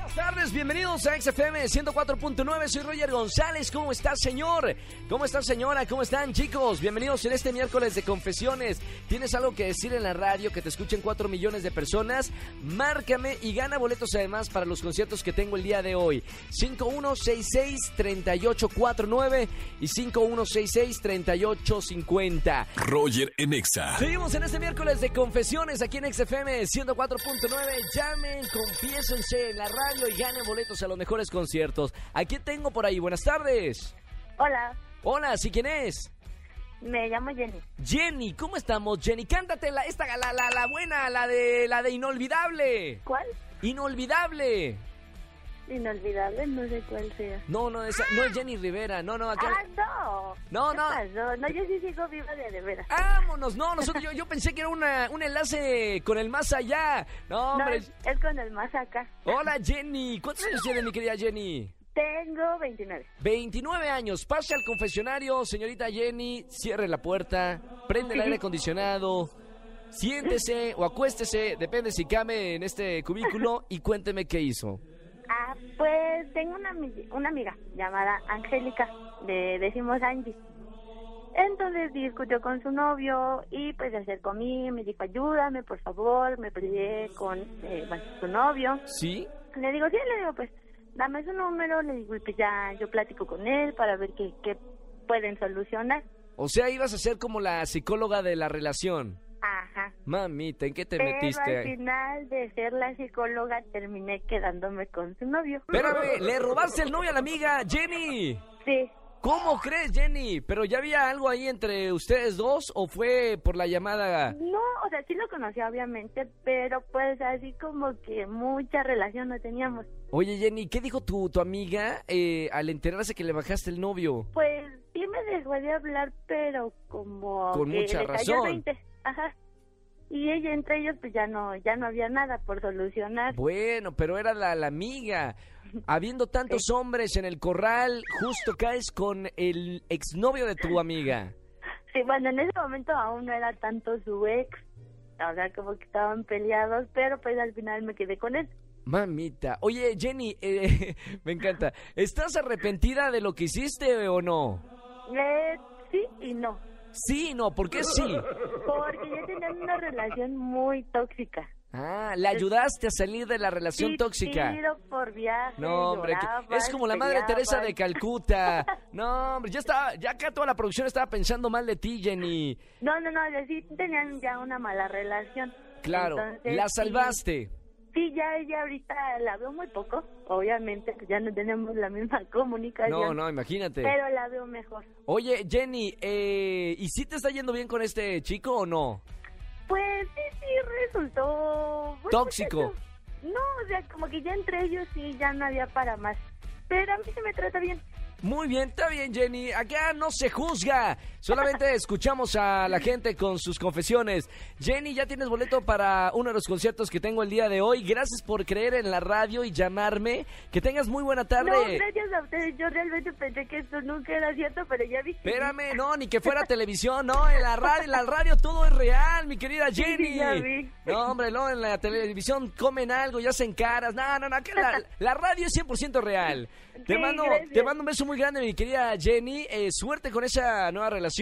Buenas tardes, bienvenidos a XFM 104.9. Soy Roger González. ¿Cómo está, señor? ¿Cómo está, señora? ¿Cómo están, chicos? Bienvenidos en este miércoles de confesiones. ¿Tienes algo que decir en la radio que te escuchen 4 millones de personas? Márcame y gana boletos además para los conciertos que tengo el día de hoy. 5166-3849 y 5166-3850. Roger en Exa. Seguimos en este miércoles de confesiones aquí en XFM 104.9. Llamen, confiésense en la radio y ganen boletos a los mejores conciertos. ¿A quién tengo por ahí? Buenas tardes. Hola, Hola, ¿sí quién es? me llamo Jenny. Jenny, ¿cómo estamos, Jenny? Cántate la, esta, la, la, la buena, la de, la de Inolvidable. ¿Cuál? Inolvidable. Inolvidable, no sé cuál sea. No, no, esa, no es Jenny Rivera. No, no, acá. ¡Ah, no! No, ¿Qué no. Ah, pasó? No, yo sí sigo viva de de veras. ¡Vámonos! No, nosotros, yo, yo pensé que era una, un enlace con el más allá. No, no, hombre. es, es con el más acá. Hola, Jenny. ¿Cuántos años tiene mi querida Jenny? Tengo 29. 29 años, pase al confesionario, señorita Jenny, cierre la puerta, prende el aire acondicionado, siéntese o acuéstese, depende si came en este cubículo y cuénteme qué hizo. Ah, pues tengo una, ami- una amiga llamada Angélica, le decimos Angie. Entonces discutió con su novio y pues se acercó a mí, me dijo ayúdame por favor, me peleé con eh, bueno, su novio. ¿Sí? Le digo, sí, le digo, pues, dame su número, le digo, y pues ya yo platico con él para ver qué, qué pueden solucionar. O sea, ibas a ser como la psicóloga de la relación. Ajá. Mamita, ¿en qué te Pero metiste? al ahí? final de ser la psicóloga terminé quedándome con su novio. Espérame, le robaste el novio a la amiga, Jenny. Sí. ¿Cómo crees, Jenny? ¿Pero ya había algo ahí entre ustedes dos o fue por la llamada? No, o sea, sí lo conocía obviamente, pero pues así como que mucha relación no teníamos. Oye, Jenny, ¿qué dijo tu, tu amiga eh, al enterarse que le bajaste el novio? Pues sí me dejó de hablar, pero como Con que mucha le cayó el razón. 20. Ajá. Y ella entre ellos pues ya no ya no había nada por solucionar. Bueno, pero era la, la amiga. Habiendo tantos hombres en el corral, justo caes con el exnovio de tu amiga. Sí, bueno, en ese momento aún no era tanto su ex. O sea, como que estaban peleados, pero pues al final me quedé con él. Mamita. Oye, Jenny, eh, me encanta. ¿Estás arrepentida de lo que hiciste o no? Eh, sí y no. Sí, no, ¿por qué sí? Porque yo tenía una relación muy tóxica. Ah, le ayudaste a salir de la relación Sí, tóxica. Tiro por viaje. No, hombre, que- es llorabas, como la madre Teresa de peleabas. Calcuta. No, hombre, ya estaba, ya acá toda la producción estaba pensando mal de ti, Jenny. No, no, no, yo sí tenían ya una mala relación. Claro, Entonces, la sí, salvaste. Sí, ya ella ahorita la veo muy poco. Obviamente, pues ya no tenemos la misma comunicación. No, no, imagínate. Pero la veo mejor. Oye, Jenny, eh, ¿y si te está yendo bien con este chico o no? Pues sí, sí, resultó... pues, Tóxico. pues, eso. No, o sea, como que ya entre ellos sí, ya no había para más. Pero a mí se me trata bien. Muy bien, está bien, Jenny. Acá no se juzga. Solamente escuchamos a la gente con sus confesiones. Jenny, ya tienes boleto para uno de los conciertos que tengo el día de hoy. Gracias por creer en la radio y llamarme. Que tengas muy buena tarde. No, gracias a ustedes, yo realmente pensé que esto nunca era cierto, pero ya vi que... Espérame, no, ni que fuera televisión, no, en la radio, en la radio todo es real, mi querida Sí, sí, Jenny. ya vi. No, hombre, no, en la televisión comen algo y hacen caras. No, no, no, que la, la radio es 100% real. Te Sí, mando gracias. te mando un beso muy grande, mi querida Jenny. Eh, suerte con esa nueva relación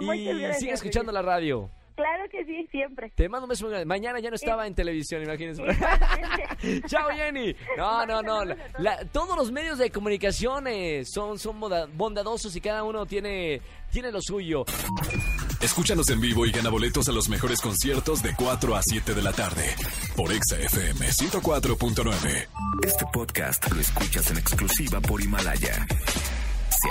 y Muchas gracias, sigue escuchando la radio. Claro que sí, siempre. Te mando un beso muy grande. Mañana ya no estaba en televisión, imagínense. Chao, Jenny. No, no, no. La- la- todos los medios de comunicación eh, son, son boda- bondadosos y cada uno tiene, tiene lo suyo. Escúchanos en vivo y gana boletos a los mejores conciertos de 4 a 7 de la tarde por Exa FM 104.9. Este podcast lo escuchas en exclusiva por Himalaya. Si